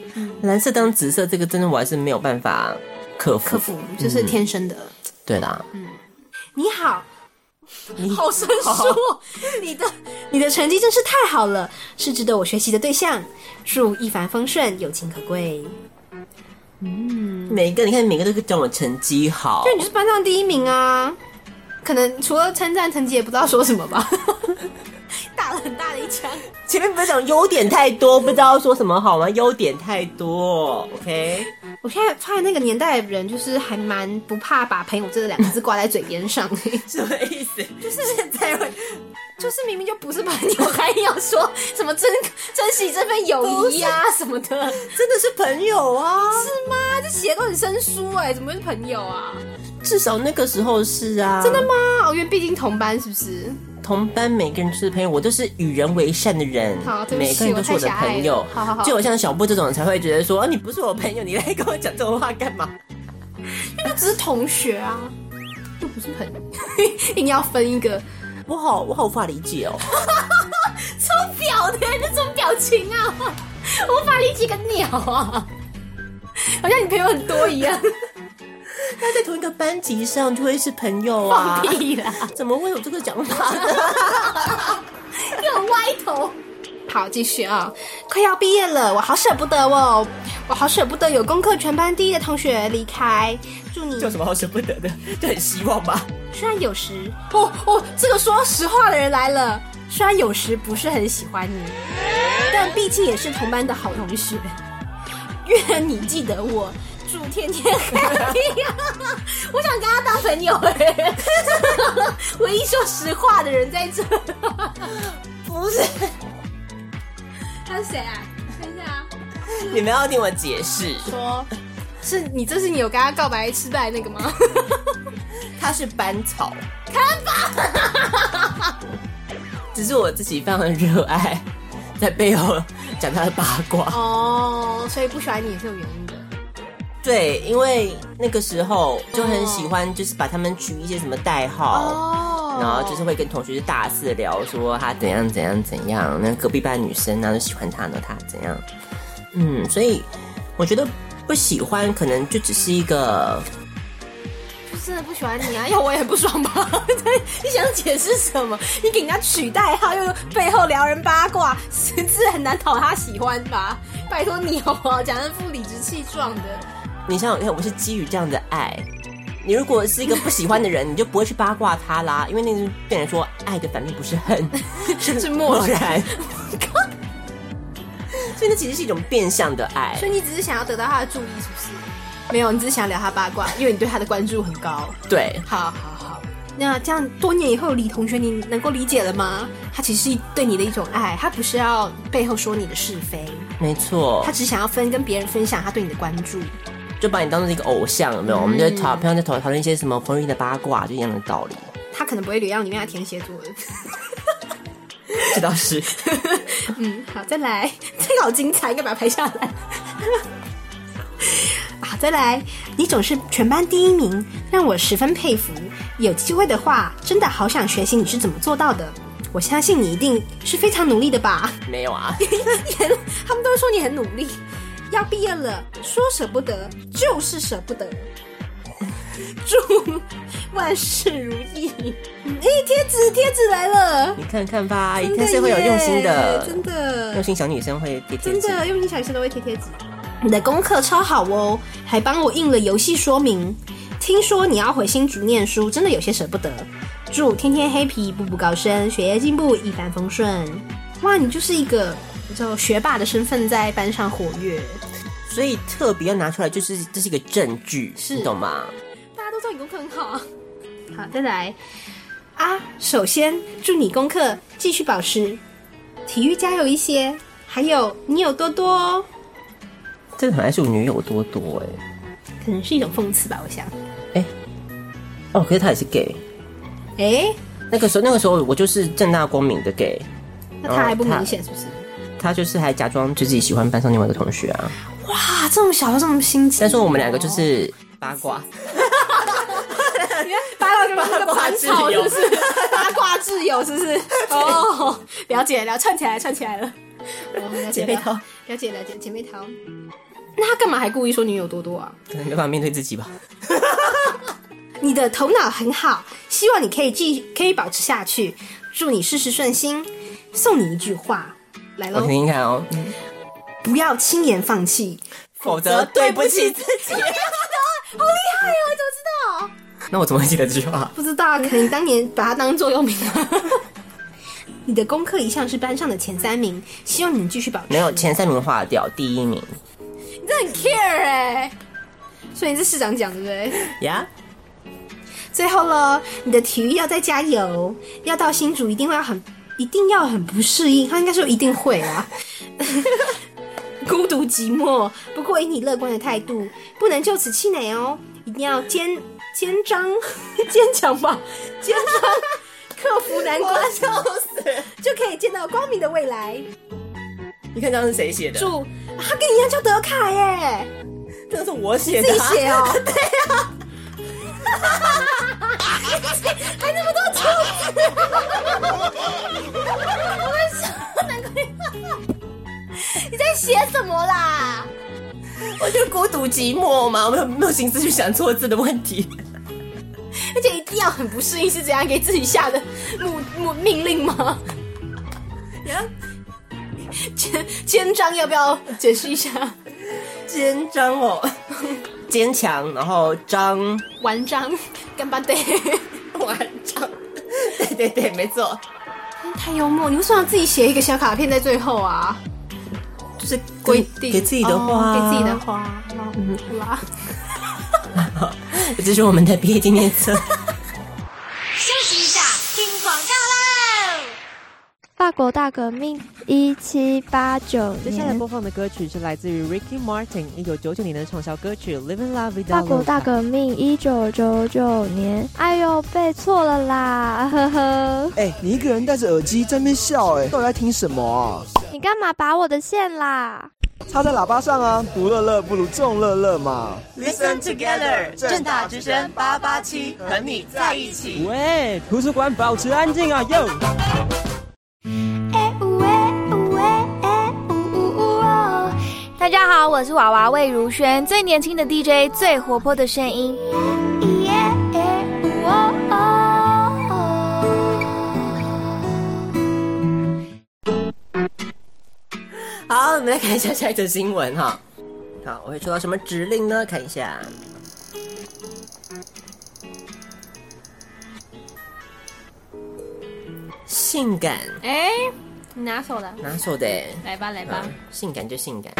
Speaker 1: 蓝色当紫色，这个真的我还是没有办法克服。
Speaker 2: 克服就是天生的。
Speaker 1: 对啦，
Speaker 2: 你好，好生疏哦，你的你的成绩真是太好了，是值得我学习的对象。祝一帆风顺，友情可贵。
Speaker 1: 每一个你看，每个都讲我成绩好
Speaker 2: 嗯对，，你是班上第一名啊，可能除了称赞成绩，也不知道说什么吧。打了很 [LAUGHS] 大的一枪，
Speaker 1: 前面不是讲优点太多，不知道说什么好吗？优点太多，OK。
Speaker 2: [LAUGHS] 我现在发现那个年代的人，就是还蛮不怕把“朋友”这两个字挂在嘴边上，
Speaker 1: 什么意思？就是现在会
Speaker 2: 就是明明就不是朋友，还要说什么珍珍惜这份友谊啊什么的。
Speaker 1: 真的是朋友啊，
Speaker 2: 是吗？这写的都很生疏哎、怎么会是朋友啊？
Speaker 1: 至少那个时候是啊，
Speaker 2: 真的吗？哦，因为毕竟同班是不是？
Speaker 1: 同班每个人就是朋友，我都是与人为善的人，
Speaker 2: 好对不起
Speaker 1: 每个人都是我的朋友
Speaker 2: 我太狭隘了。好好好
Speaker 1: 就好像小布这种才会觉得说，啊、你不是我朋友，你来跟我讲这种话干嘛？
Speaker 2: 那只是同学啊，又不是朋友， [LAUGHS] 硬要分一个，
Speaker 1: 我好，我好无法理解哦。
Speaker 2: 超婊的那种表情啊，无法理解个鸟啊，好像你朋友很多一 [LAUGHS] 样，
Speaker 1: 那在同一个班级上就会是朋友
Speaker 2: 放
Speaker 1: 啊？
Speaker 2: [LAUGHS] 屁啦，
Speaker 1: 怎么会有这个讲法 [LAUGHS] 呢？
Speaker 2: 给我歪头。好，继续啊！快要毕业了，我好舍不得哦，我好舍不得有功课全班第一的同学离开。祝你
Speaker 1: 有什么好舍不得的？就很希望吧。
Speaker 2: 虽然有时，哦哦，这个说实话的人来了，虽然有时不是很喜欢你，但毕竟也是同班的好同学。愿你记得我，祝天天 happy [LAUGHS] 啊！我想跟他当朋友哎、唯一说实话的人在这。
Speaker 1: 不是，
Speaker 2: 他是谁啊？看一下啊，
Speaker 1: 你们要听我解释。
Speaker 2: 说是你，这是你有跟他告白失败那个吗？
Speaker 1: 他是班草，看吧。 [LAUGHS] 只是我自己非常的热爱，在背后讲他的八卦。
Speaker 2: 哦，所以不喜欢你也是有原因的。
Speaker 1: 对，因为那个时候就很喜欢，就是把他们取一些什么代号。
Speaker 2: 哦
Speaker 1: 然后就是会跟同学大肆聊说他怎样怎样怎样，那隔壁班女生啊就喜欢他呢，他怎样？嗯，所以我觉得不喜欢可能就只是一个
Speaker 2: 就真的不喜欢你啊，要我也不爽吧？ [LAUGHS] 对，你想解释什么？你给人家取代号，又背后聊人八卦，实质很难讨他喜欢吧？拜托你好不好？讲的副理直气壮的，
Speaker 1: 你想想看，我是基于这样的爱。你如果是一个不喜欢的人，你就不会去八卦他啦，因为那就变成说爱的反面不是 [LAUGHS] 恨，
Speaker 2: 是
Speaker 1: 是
Speaker 2: 漠
Speaker 1: 漠
Speaker 2: 然
Speaker 1: 然。 [LAUGHS] 所以那其实是一种变相的爱
Speaker 2: 所，以你只是想要得到他的注意，是不是？没有，你只是想聊他八卦，因为你对他的关注很高。
Speaker 1: 对，
Speaker 2: 好好好，那这样多年以后，李同学，你能够理解了吗？他其实是对你的一种爱，他不是要背后说你的是非，
Speaker 1: 没错
Speaker 2: 他，只想要分跟别人分享他对你的关注。
Speaker 1: 就把你当做一个偶像，有没
Speaker 2: 嗯
Speaker 1: 有？我们就讨平常在讨讨论一些什么彭于晏的八卦，就一样的
Speaker 2: [LAUGHS]
Speaker 1: 道理。
Speaker 2: 他可能不会原谅你，因为他天蝎座的。
Speaker 1: [LAUGHS] 这倒是，
Speaker 2: 嗯，好，再来， [LAUGHS] 这个好精彩，应该把它拍下来。 [LAUGHS] 好，再来，你总是全班第一名，让我十分佩服。有机会的话，真的好想学习你是怎么做到的。我相信你一定是非常努力的吧？ [LAUGHS]
Speaker 1: 没有啊，
Speaker 2: 他们都会说你很努力。要毕业了，说舍不得就是舍不得。祝万事如意。哎，贴纸，贴纸来了，
Speaker 1: 你看看吧，一
Speaker 2: 真的
Speaker 1: 定是会有用心
Speaker 2: 耶
Speaker 1: 的，
Speaker 2: 真的
Speaker 1: 用，心小女生会贴贴
Speaker 2: 真
Speaker 1: 纸。
Speaker 2: 的，用心小学都会贴贴纸。你的功课超好哦，还帮我印了游戏说明。听说你要回新竹念书，真的有些舍不得。祝天天黑皮步步高升，学业进步一帆风顺。哇，你就是一个叫学霸的身份在班上活跃。
Speaker 1: 所以特别要拿出来，就是这是一个证据，
Speaker 2: 是
Speaker 1: 你懂吗？
Speaker 2: 大家都知道你功课很好啊。好，再来啊！首先祝你功课继续保持，体育加油一些，还有你有多多哦，
Speaker 1: 这本来是我女友多多哎、
Speaker 2: 可能是一种讽刺吧，我想。
Speaker 1: 哦，可是她也是 gay。
Speaker 2: 哎、
Speaker 1: 那个时候，那个时候我就是正大光明的 gay，
Speaker 2: 那他还不
Speaker 1: 哦他
Speaker 2: 明显是不是？
Speaker 1: 她就是还假装就自己喜欢班上另外一个同学啊。
Speaker 2: 啊，这么小就这么心机，
Speaker 1: 但是我们两个就是
Speaker 2: 哦
Speaker 1: 八卦，
Speaker 2: 八卦跟八
Speaker 1: 卦
Speaker 2: 卦
Speaker 1: 之
Speaker 2: 之
Speaker 1: 友
Speaker 2: 友是不 [LAUGHS] 是？八卦挚友是不是？ [LAUGHS] 哦，了解了，串起来串起来了。哦
Speaker 1: 姐妹淘，
Speaker 2: 了解了解姐妹淘。那他干嘛还故意说女友多多啊？
Speaker 1: 可能没办法面对自己吧。
Speaker 2: 你的头脑很好，希望你可以继可以保持下去，祝你事事顺心。送你一句话，来
Speaker 1: 我
Speaker 2: 喽
Speaker 1: 听，听看哦，
Speaker 2: 不要轻言放弃。
Speaker 1: 否则对不起自己。 [LAUGHS] 啊那我怎么会记得这句话？
Speaker 2: 不知道，可能当年把它当座右铭。 [LAUGHS] 你的功课一向是班上的前三名，希望你能继续保持。
Speaker 1: 没有，前三名划掉，第一名
Speaker 2: 你真的很 care 哎、所以你是市长奖对不对？
Speaker 1: 呀。
Speaker 2: 最后喽，你的体育要再加油，要到新竹一定会要很，一定要很不适应。他应该说一定会啦， [LAUGHS] 孤独寂寞。不过以你乐观的态度，不能就此气馁哦，一定要坚坚张 [LAUGHS] 坚强吧，坚强克服难 [LAUGHS] 关，笑死，就可以见到光明的未来。
Speaker 1: 你看这张是谁写的？
Speaker 2: 祝啊他跟你一样叫德凯耶，
Speaker 1: 这是我写啊
Speaker 2: 自己写哦。
Speaker 1: [LAUGHS]
Speaker 2: [LAUGHS]
Speaker 1: 我就孤独寂寞嘛，我没有没有心思去想错字的问题。
Speaker 2: 而且一定要很不适应，是怎样给自己下的目目命令吗？千千章要不要解释一下？
Speaker 1: 坚张哦，坚强，然后张
Speaker 2: 完章干巴爹，
Speaker 1: 完张，对对对，没错，
Speaker 2: 太幽默！你为什么要自己写一个小卡片在最后啊？
Speaker 1: 就是
Speaker 2: 规定
Speaker 1: 给自己的话，
Speaker 2: 哦给自己的话，嗯，好啦。
Speaker 1: 这就是我们的毕业纪念册。
Speaker 4: 法国大革命一七八九
Speaker 5: 接下来
Speaker 4: 年，
Speaker 5: 播放的歌曲是来自于 Ricky Martin 一九九九年的畅销歌曲《Living La Vida Loca》。
Speaker 4: 法国大革命一九九九年。哎呦，背错了啦，呵呵。
Speaker 6: 哎、你一个人戴着耳机在那边笑、哎，到底在听什么啊？
Speaker 4: 你干嘛拔我的线啦？
Speaker 6: 插在喇叭上啊，独乐乐不如众乐乐嘛。
Speaker 1: Listen together，正大之声八八七，和你在一起。
Speaker 5: 喂，图书馆保持安静啊哟！
Speaker 7: 哦大家好，我是娃娃魏如萱，最年轻的 DJ，最活泼的声音。哦
Speaker 1: 好，我们来看一下下一则新闻哈。好，我会收到什么指令呢？看一下。性感，
Speaker 2: 哎、你拿手的，
Speaker 1: 拿手的欸，
Speaker 2: 来吧来吧
Speaker 1: 嗯，性感就性感。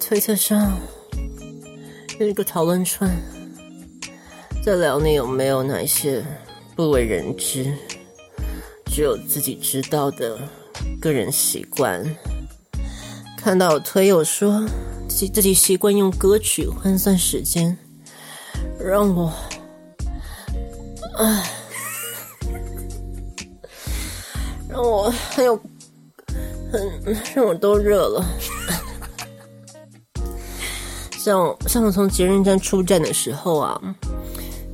Speaker 1: 推特上有一个讨论串，在聊你有没有哪些不为人知、只有自己知道的个人习惯。看到有推友说自己自己习惯用歌曲换算时间，让我， [SIGHS] 唉，让我很有让我都热了。像我像我从捷运站出站的时候啊，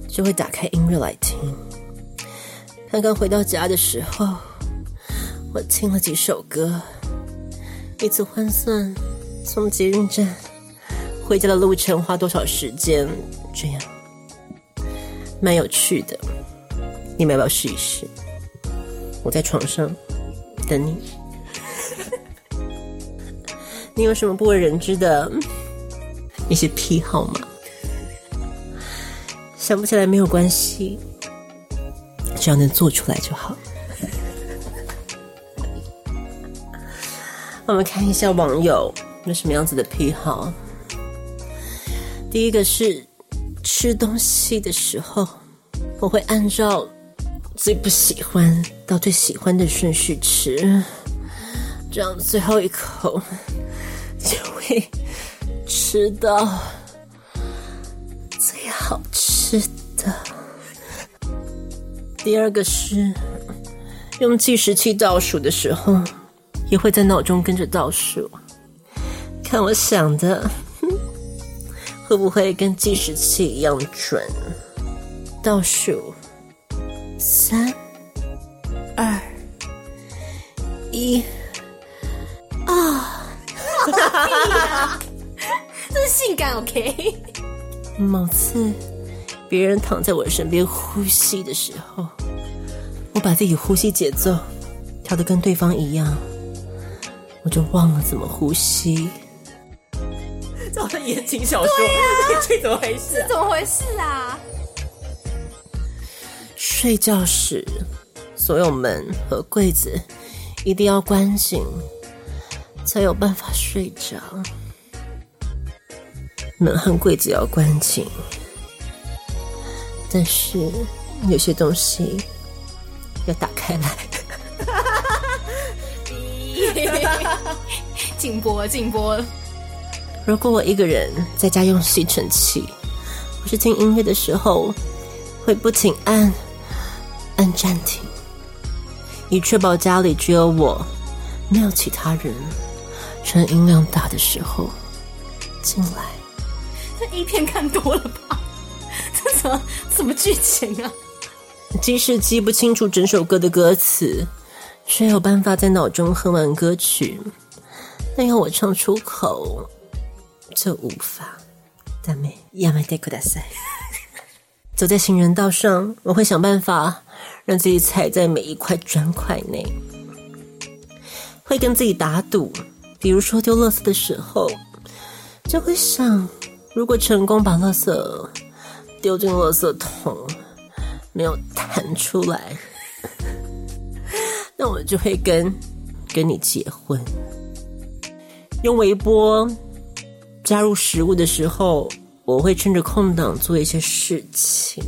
Speaker 1: 就会打开音乐来听。刚刚回到家的时候，我听了几首歌，一次换算从捷运站回家的路程花多少时间，这样蛮有趣的。你们要不要试一试？我在床上等你。你有什么不为人知的嗯一些癖好吗？想不起来没有关系，只要能做出来就好。 [LAUGHS] 我们看一下网友有什么样子的癖好。第一个是吃东西的时候，我会按照最不喜欢到最喜欢的顺序吃，这样最后一口就会吃到最好吃的。第二个是用计时器倒数的时候，也会在脑中跟着倒数，看我想的哼会不会跟计时器一样准。倒数三、二、一。
Speaker 2: 真性感 OK。
Speaker 1: 某次别人躺在我身边呼吸的时候，我把自己呼吸节奏调得跟对方一样，我就忘了怎么呼 [LAUGHS] 吸。这好像言情小说， [LAUGHS] 这怎么回事、
Speaker 2: 怎么回事啊？
Speaker 1: 睡觉时，所有门和柜子一定要关紧，才有办法睡着。门和柜子要关紧，但是有些东西要打开来。
Speaker 2: 禁播，禁播。
Speaker 1: 如果我一个人在家用吸尘器，或是听音乐的时候，会不停按按暂停，以确保家里只有我，没有其他人。趁音量大的时候进来，
Speaker 2: 这 A 片看多了吧？ [LAUGHS] 这怎么什么剧情啊？
Speaker 1: 即使记不清楚整首歌的歌词，却有办法在脑中哼完歌曲。但要我唱出口，这无法。ダメ、やめてください。 [LAUGHS] 走在行人道上，我会想办法让自己踩在每一块砖块内，会跟自己打赌，比如说丢垃圾的时候，就会想，如果成功把垃圾丢进垃圾桶，没有弹出来， [LAUGHS] 那我就会跟跟你结婚。用微波加入食物的时候，我会趁着空档做一些事情。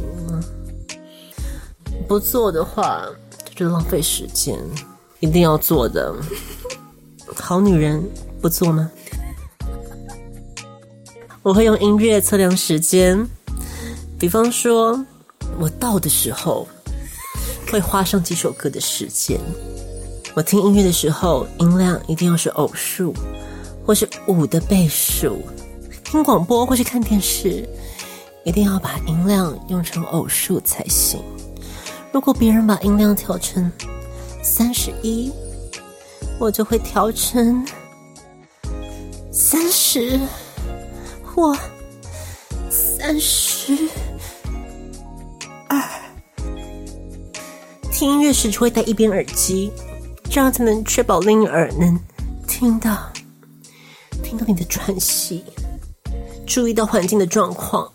Speaker 1: 不做的话，就是浪费时间。一定要做的， [LAUGHS] 好女人不做吗？我会用音乐测量时间，比方说，我到的时候会花上几首歌的时间。我听音乐的时候，音量一定要是偶数，或是五的倍数。听广播或是看电视，一定要把音量用成偶数才行。如果别人把音量调成三十一，我就会调成三十或三十二。听音乐时就会戴一边耳机，这样才能确保另一耳能听到听到你的喘息，注意到环境的状况。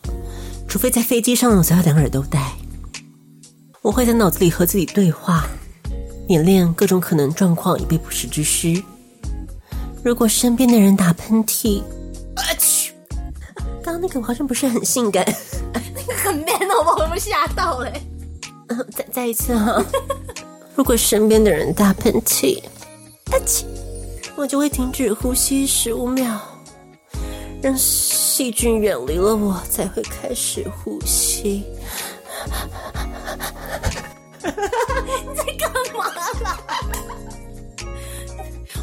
Speaker 1: 除非在飞机上，我才要两耳都戴。我会在脑子里和自己对话，演练各种可能状况，以备不时之需。如果身边的人打喷嚏，啊去！刚刚那个我好像不是很性感，
Speaker 2: 很 man 好不好？我被吓到嘞、
Speaker 1: 呃再再一次哈、如果身边的人打喷嚏，啊嚏，我就会停止呼吸十五秒，让细菌远离了我，才会开始呼吸。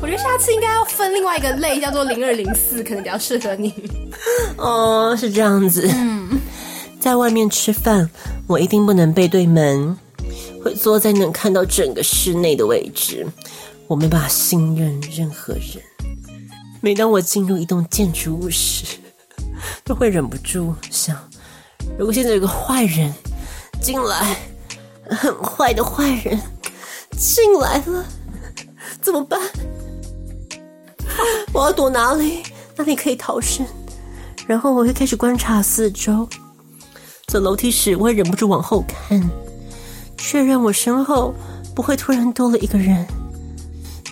Speaker 2: 我觉得下次应该要分另外一个类，叫做零二零四，可能比较适合你。
Speaker 1: 哦，是这样子。嗯，在外面吃饭，我一定不能背对门，会坐在能看到整个室内的位置。我没办法信任任何人。每当我进入一栋建筑物时，都会忍不住想，如果现在有个坏人进来，很坏的坏人进来了，怎么办？我要躲哪里？哪里可以逃生？然后我会开始观察四周。走楼梯时，我会忍不住往后看，确认我身后不会突然多了一个人。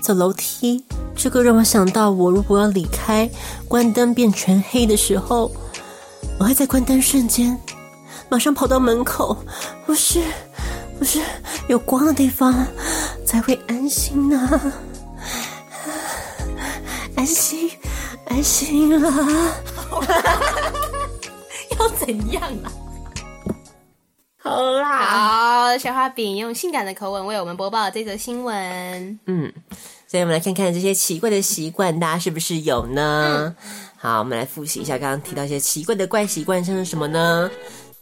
Speaker 1: 走楼梯，这个让我想到，我如果要离开，关灯变全黑的时候，我会在关灯瞬间马上跑到门口，不是，不是有光的地方才会安心呢、安心，安心啊！
Speaker 2: 要怎样啊？
Speaker 3: 好啦，
Speaker 2: 好，小花饼用性感的口吻为我们播报这则新闻。
Speaker 1: 嗯，所以我们来看看这些奇怪的习惯，大家是不是有
Speaker 2: 嗯
Speaker 1: 呢？好，我们来复习一下刚刚提到一些奇怪的怪习惯，像是什么呢？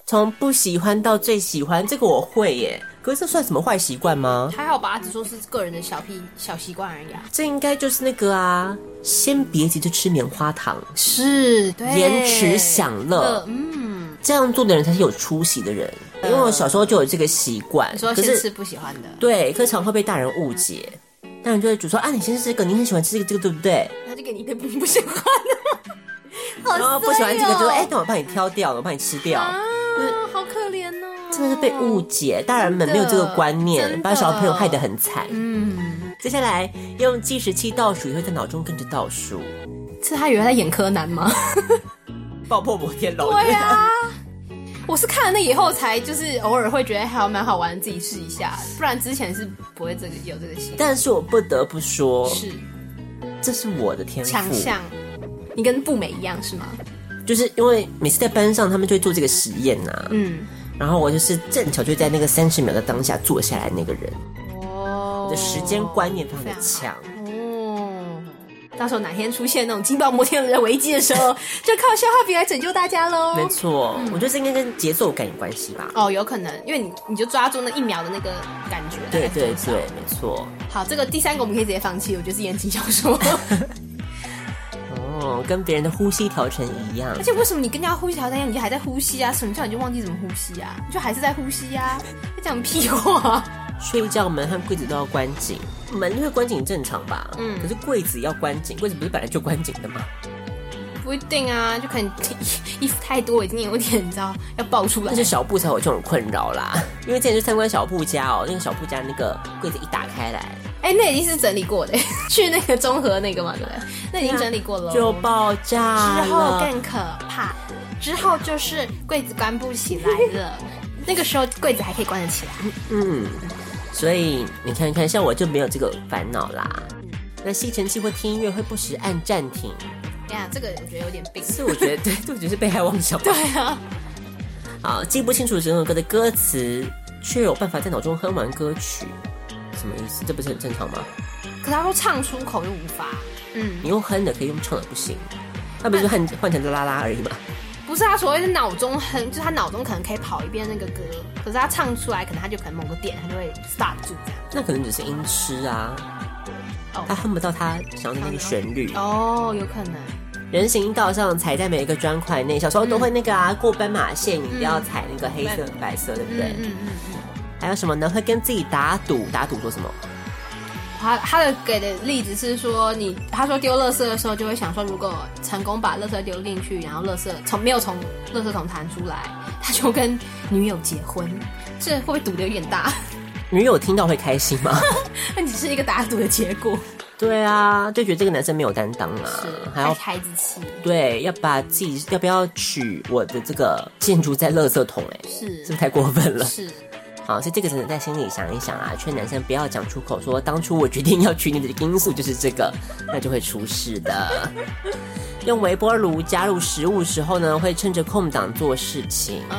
Speaker 1: 从不喜欢到最喜欢，这个我会耶。可是这算什么坏习惯吗？
Speaker 2: 还好吧，只说是个人的小癖小习惯而已啊。
Speaker 1: 这应该就是那个啊，先别急着吃棉花糖，
Speaker 2: 是，对
Speaker 1: 延迟享乐。
Speaker 2: 嗯，
Speaker 1: 这样做的人才是有出息的人。因为我小时候就有这个习惯，
Speaker 2: 你说
Speaker 1: 可
Speaker 2: 先
Speaker 1: 是
Speaker 2: 吃不喜欢的，
Speaker 1: 对，可是常会被大人误解。大人就会主说啊，你先吃这个，你很喜欢吃这个，这个对不对？
Speaker 2: 他就给你一堆不不喜欢的，好
Speaker 1: [LAUGHS] 然后不喜欢这个就说，
Speaker 2: 衰哦
Speaker 1: 哎、那我帮你挑掉了，我帮你吃掉。
Speaker 2: 啊，好可怜哦，
Speaker 1: 真的是被误解，大人们没有这个观
Speaker 2: 真
Speaker 1: 念，
Speaker 2: 的
Speaker 1: 把小朋友害得很惨。
Speaker 2: 嗯，
Speaker 1: 接下来用计时器倒数，也会在脑中跟着倒数，
Speaker 2: 是他以为他演柯南吗？
Speaker 1: 爆破摩天楼。
Speaker 2: 对啊，我是看了那以后才就是偶尔会觉得还蛮好玩，自己试一下，不然之前是不会这个有这个习惯，
Speaker 1: [LAUGHS] 但是我不得不说，
Speaker 2: 是
Speaker 1: 这是我的天赋，
Speaker 2: 强项。你跟步美一样是吗？
Speaker 1: 就是因为每次在班上，他们就会做这个实验呐、
Speaker 2: 嗯，
Speaker 1: 然后我就是正巧就在那个三十秒的当下坐下来那个人，
Speaker 2: 哦
Speaker 1: 我的时间观念非常的强。
Speaker 2: 哦，到时候哪天出现那种惊爆摩天轮的危机的时候，就靠消化饼来拯救大家喽。
Speaker 1: 没错，我觉得这应该跟节奏感有关系吧。
Speaker 2: 哦，有可能，因为你你就抓住那一秒的那个感觉。
Speaker 1: 对
Speaker 2: 大概
Speaker 1: 对
Speaker 2: 是
Speaker 1: 对，没错。
Speaker 2: 好，这个第三个我们可以直接放弃，我觉得是言情小说。
Speaker 1: 哦，跟别人的呼吸调成一样
Speaker 2: 而。且为什么你跟人家呼吸好像一样，你就还在呼吸啊？什么叫你就忘记怎么呼吸啊？你就还是在呼吸啊？在讲屁话。
Speaker 1: 睡觉门和柜子都要关紧，门会关紧正常吧？嗯，可是柜子要关紧，柜子不是本来就关紧的吗？
Speaker 2: 不一定啊，就可能衣服太多，已经有点你知道要爆出来
Speaker 1: 但。是小布才有这种困扰啦，因为之前去参观小布家哦，那个小布家那个柜子一打开来，
Speaker 2: 哎、那已经是整理过的， [LAUGHS] 去那个综合那个嘛，对不对？那已经整理过了。
Speaker 1: 就爆炸
Speaker 2: 之后
Speaker 1: 了。
Speaker 2: 更可怕，之后就是柜子关不起来了。 [LAUGHS] 那个时候柜子还可以关得起来，
Speaker 1: 嗯，所以你看看，像我就没有这个烦恼啦。那吸尘器或听音乐会不时按暂停，
Speaker 2: 哎呀，这个我觉得有点病。
Speaker 1: 是我觉得 [LAUGHS] 对，这我觉得是被害妄想吧。
Speaker 2: 对啊，
Speaker 1: 好，记不清楚整首歌的歌词，却有办法在脑中哼完歌曲，什么意思？这不是很正常吗？
Speaker 2: 可他说唱出口又无法。嗯，
Speaker 1: 你用哼的可以，用唱的不行。那不是换换成啦啦而已嘛？
Speaker 2: 不是啊他所谓的脑中哼，就是他脑中可能可以跑一遍那个歌，可是他唱出来，可能他就可能某个点他就会 stop 住这样。
Speaker 1: [LAUGHS] 那可能只是音痴啊，
Speaker 2: 哦
Speaker 1: 他哼不到他想要的那个旋律。
Speaker 2: 哦，有可能。
Speaker 1: 人行道上踩在每一个砖块内，小时候都会那个啊，过斑马线你不要踩那个黑色、白色，对不对？
Speaker 2: 嗯嗯嗯。
Speaker 1: 还有什么呢？会跟自己打赌，打赌说什么？
Speaker 2: 他他的给的例子是说你，他说丢垃圾的时候就会想说，如果成功把垃圾丢进去，然后垃圾从没有从垃圾桶弹出来，他就跟女友结婚， [LAUGHS] 这会不会赌的有点大？
Speaker 1: 女友听到会开心吗？
Speaker 2: 那只是一个打赌的结果，
Speaker 1: 对啊，就觉得这个男生没有担当啊，还要
Speaker 2: 孩子气
Speaker 1: 对，要把自己要不要取我的这个建筑在垃圾桶、欸？哎，
Speaker 2: 是
Speaker 1: 是不是太过分了？ [LAUGHS]
Speaker 2: 是
Speaker 1: 好，所以这个只能在心里想一想啊，劝男生不要讲出口说当初我决定要娶你的因素就是这个，那就会出事 [LAUGHS] 的。用微波炉加入食物时候呢，会趁着空档做事情
Speaker 2: 嗯，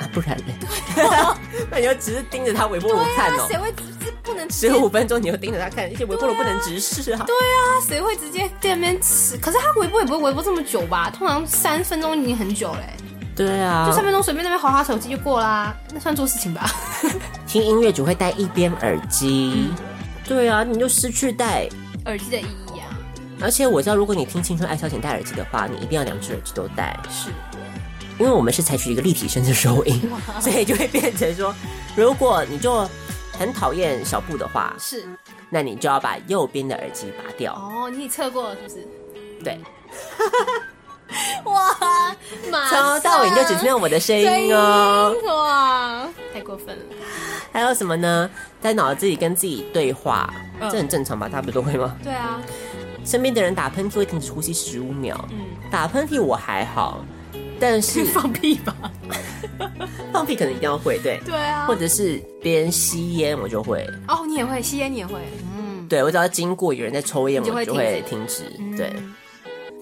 Speaker 1: 啊，不 [LAUGHS] 然嘞，那你就只是盯着他微波炉看哦
Speaker 2: 谁。会这不能直接
Speaker 1: 十五分钟你就盯着他看，而且微波炉不能直视啊。
Speaker 2: 对啊，谁会直接在那边吃？可是他微波也不会微波这么久吧？通常三分钟已经很久嘞、欸
Speaker 1: 对啊，
Speaker 2: 就三分钟随便那边划划手机就过啦，那算做事情 [LAUGHS] 吧？
Speaker 1: 听音乐只会戴一边耳机。对啊，你就失去戴
Speaker 2: 耳机的意义啊，
Speaker 1: 而且我知道，如果你听《青春爱消遣》戴耳机的话，你一定要两只耳机都戴，
Speaker 2: 是
Speaker 1: 因为我们是采取一个立体声的收音， [LAUGHS] 所以就会变成说，如果你就很讨厌小布的话，
Speaker 2: 是
Speaker 1: 那你就要把右边的耳机拔掉。
Speaker 2: 哦，你测过了是不是？
Speaker 1: 对，
Speaker 2: 哇，马
Speaker 1: 从头到尾你就只听到我的声音哦。
Speaker 2: 哇，啊太过分了。
Speaker 1: 还有什么呢？在脑子里跟自己对话，
Speaker 2: 嗯
Speaker 1: 这很正常吧？大家不都会吗？
Speaker 2: 对啊，
Speaker 1: 身边的人打喷嚏会停止呼吸十五秒，
Speaker 2: 嗯
Speaker 1: 打喷嚏我还好，
Speaker 2: [LAUGHS]
Speaker 1: 但是
Speaker 2: [LAUGHS] 放屁吧。
Speaker 1: 放屁可能一定要会，对，
Speaker 2: 对啊
Speaker 1: 或，者是别人吸烟我就会，
Speaker 2: 哦，你也会吸烟，你也会，嗯，
Speaker 1: 对我只要经过有人在抽烟，
Speaker 2: 你就
Speaker 1: 我
Speaker 2: 会嗯
Speaker 1: 就会停止。对，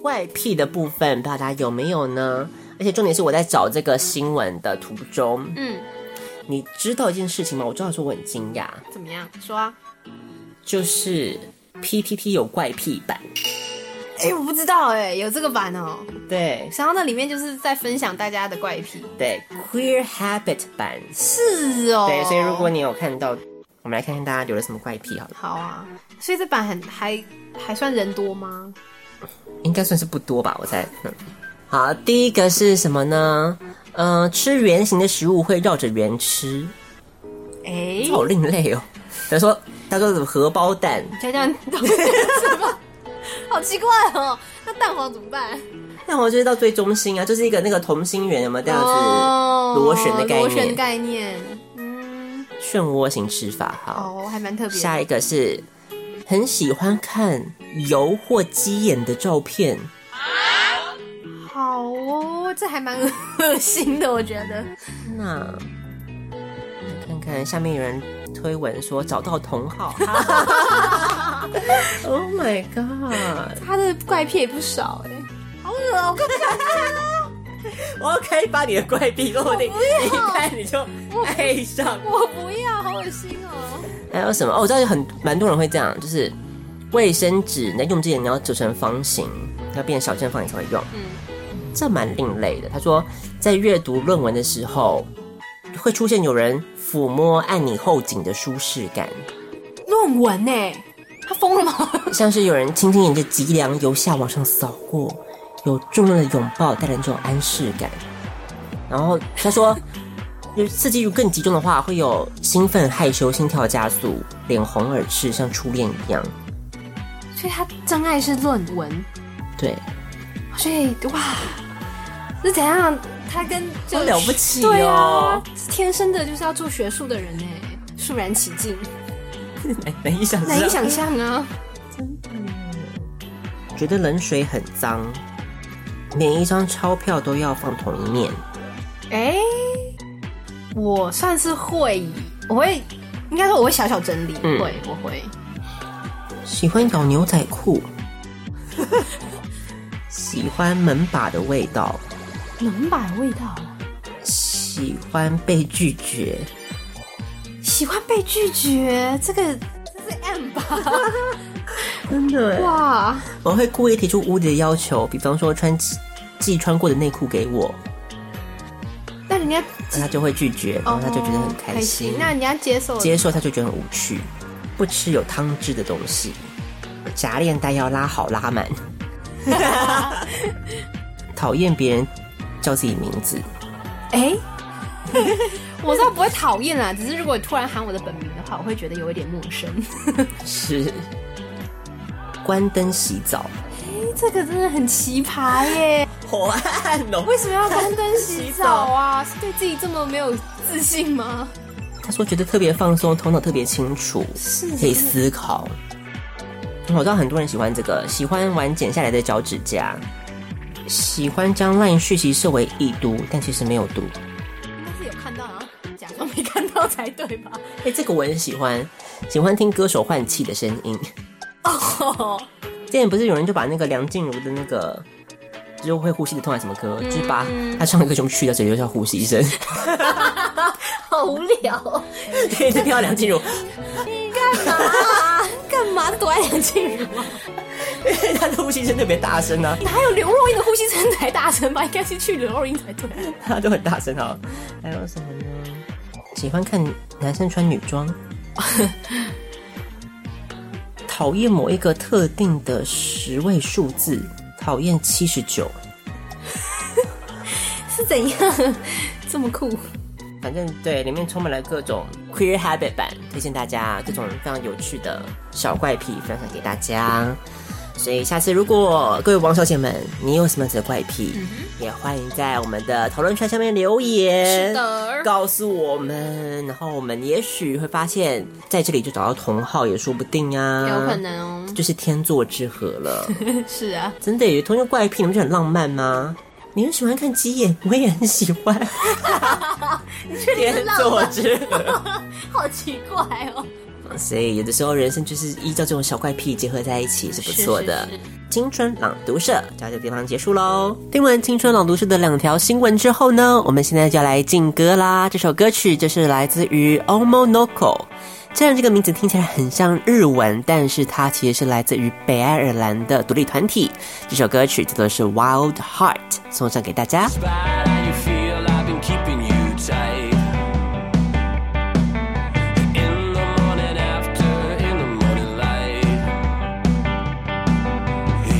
Speaker 1: 怪癖的部分不知道大家有没有呢？而且重点是我在找这个新闻的途中，
Speaker 2: 嗯，
Speaker 1: 你知道一件事情吗？我知道说我很惊讶，
Speaker 2: 怎么样？说啊。
Speaker 1: 就是 PTT 有怪癖版，
Speaker 2: 哎、我不知道哎、有这个版哦、
Speaker 1: 对
Speaker 2: 然后那里面就是在分享大家的怪癖。
Speaker 1: 对，Queer Habit 版，
Speaker 2: 是哦、
Speaker 1: 对，所以如果你有看到，我们来看看大家留了什么怪癖好了，
Speaker 2: 好啊，所以这版很还还算人多吗？
Speaker 1: 应该算是不多吧，我猜。嗯，好，第一个是什么呢？嗯、吃圆形的食物会绕着圆吃，
Speaker 2: 哎、
Speaker 1: 这好另类哦。比如说，他说什么荷包蛋，
Speaker 2: 这样懂什
Speaker 1: [LAUGHS]
Speaker 2: 么？好奇怪哦、那蛋黄怎么办？
Speaker 1: 那我就是到最中心啊，就是一个那个同心圆，有没有这样子
Speaker 2: 哦
Speaker 1: 螺旋的概
Speaker 2: 螺旋
Speaker 1: 念
Speaker 2: 的？概念，嗯，
Speaker 1: 漩涡型吃法。好，
Speaker 2: 哦，还蛮特别的。
Speaker 1: 下一个是很喜欢看油或鸡眼的照片，
Speaker 2: 好哦，这还蛮恶心的，我觉得。
Speaker 1: 那来看看下面有人推文说找到同 [LAUGHS] 好，Oh my god！
Speaker 2: 他的怪癖也不少哎、好恶哦、我根本
Speaker 1: 我可以把你的怪癖落定，一看你就爱上。
Speaker 2: 我不要，好恶心哦、
Speaker 1: 还有什么？哦，我知道有很蛮多人会这样，就是卫生纸你在用之前你要折成方形，要变小正方你才会用。这蛮另类的。他说，在阅读论文的时候，会出现有人抚摸按你后颈的舒适感，
Speaker 2: 论文呢、他疯了吗？
Speaker 1: 像是有人轻轻沿着脊梁由下往上扫过，有重量的拥抱带来这种安适感。然后他说，有刺激欲更集中的话，会有兴奋、害羞、心跳加速、脸红耳赤，像初恋一样。
Speaker 2: 所以他真爱是论文，
Speaker 1: 对，
Speaker 2: 所以哇，是怎样？他跟就
Speaker 1: 好了不起哦
Speaker 2: 对啊，是天生的就是要做学术的人呢、肃然起敬，
Speaker 1: 哎，难以想象，
Speaker 2: 难以想象啊！
Speaker 1: 觉得冷水很脏，连一张钞票都要放同一面。
Speaker 2: 哎、我算是会，我会，应该说我会小小整理，
Speaker 1: 嗯
Speaker 2: 会，我会。
Speaker 1: 喜欢咬牛仔
Speaker 2: [LAUGHS]
Speaker 1: 裤，喜欢门把的味道，
Speaker 2: 门把味道，啊
Speaker 1: 喜欢被拒绝，
Speaker 2: 喜欢被拒绝，这个这是 M 吧？
Speaker 1: 真的哇！
Speaker 2: 哇，
Speaker 1: 我会故意提出无理的要求，比方说穿既穿过的内裤给我，
Speaker 2: 那人家
Speaker 1: 那他就会拒绝，然后哦他就觉得很开心。
Speaker 2: 哦那人家接受了
Speaker 1: 接受他就觉得很无趣，不吃有汤汁的东西，夹链带要拉好
Speaker 2: [LAUGHS]
Speaker 1: 拉满， [LAUGHS] 讨厌别人叫自己名字，
Speaker 2: 哎、我倒不会讨厌啦，只是如果突然喊我的本名的话，我会觉得有一点陌生。
Speaker 1: 是关灯洗澡，
Speaker 2: [LAUGHS] 这个真的很奇葩耶！
Speaker 1: 好暗哦。
Speaker 2: [LAUGHS] 为什么要关灯洗澡 [LAUGHS] 啊？是对自己这么没有自信吗？
Speaker 1: 他说觉得特别放松，头脑特别清楚，可以思考。我知道很多人喜欢这个，喜欢玩剪下来的脚趾甲，喜欢将 LINE 讯息设为已读，但其实没有读。
Speaker 2: 应该是有看到啊，假装没看到才对吧？
Speaker 1: 哎、这个我很喜欢，喜欢听歌手换气的声音。
Speaker 2: 哦，
Speaker 1: 之前不是有人就把那个梁静茹的那个，就是会呼吸的痛还是什么歌，就是把
Speaker 2: 嗯
Speaker 1: 她唱的歌全部去掉，只留下呼吸声。
Speaker 2: [LAUGHS] 好无
Speaker 1: [LAUGHS]
Speaker 2: 聊，哦
Speaker 1: 对，就听到梁静茹，
Speaker 2: [LAUGHS] 干嘛躲在梁静茹啊？
Speaker 1: 她的呼吸声特别大声啊，
Speaker 2: 哪有刘若英的呼吸声才大声吧？应该是去刘若英才对。
Speaker 1: 她都很大声啊。还有什么呢？喜欢看男生穿女装，讨厌某一个特定的十位数字，讨厌七十九。
Speaker 2: [LAUGHS] 是怎样 [LAUGHS] 这么酷？
Speaker 1: 反正对，里面充满了各种 queer habit 版，推荐大家各种非常有趣的小怪癖分享给大家。所以下次如果各位王小姐们，你有什么样子的怪癖，
Speaker 2: 嗯
Speaker 1: 也欢迎在我们的讨论圈下面留言，
Speaker 2: 是的
Speaker 1: 告诉我们，然后我们也许会发现在这里就找到同好也说不定啊，
Speaker 2: 有可能哦。
Speaker 1: 就是天作之合了。
Speaker 2: 是啊，
Speaker 1: 真的有同一个怪癖，你们就很浪漫吗？你们喜欢看鸡眼，我也很喜欢。天 [LAUGHS] 作之合，
Speaker 2: 好奇怪哦。
Speaker 1: 所以有的时候人生就是依照这种小怪癖结合在一起是不错的。
Speaker 2: 是是
Speaker 1: 青春朗读社就到这个地方结束喽。听完青春朗读社的两条新闻之后呢，我们现在就要来进歌啦。这首歌曲就是来自于 Omonoko。虽然这个名字听起来很像日文，但是它其实是来自于北爱尔兰的独立团体。这首歌曲叫做是《Wild Heart》，送上给大家。
Speaker 8: Despite how you feel, I've been keeping you tight. In the morning after, in the morning light.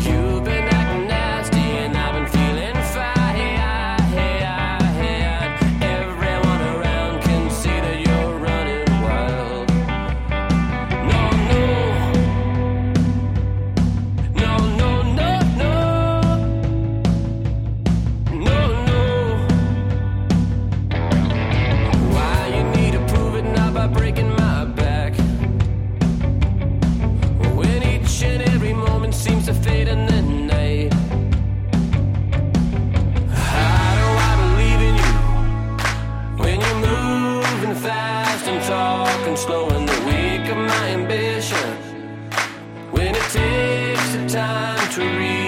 Speaker 8: You've been acting nasty, and I've been feeling fine. Everyone around can see that you're running wild. No, no, no, no, no, no. No, no. Why you need to prove it not by breaking my back? When each and every moment seems to fade in the night. How do I believe in you when you're moving fast and talking slow in the wake of my ambition? When it takes the time to reach. Oh,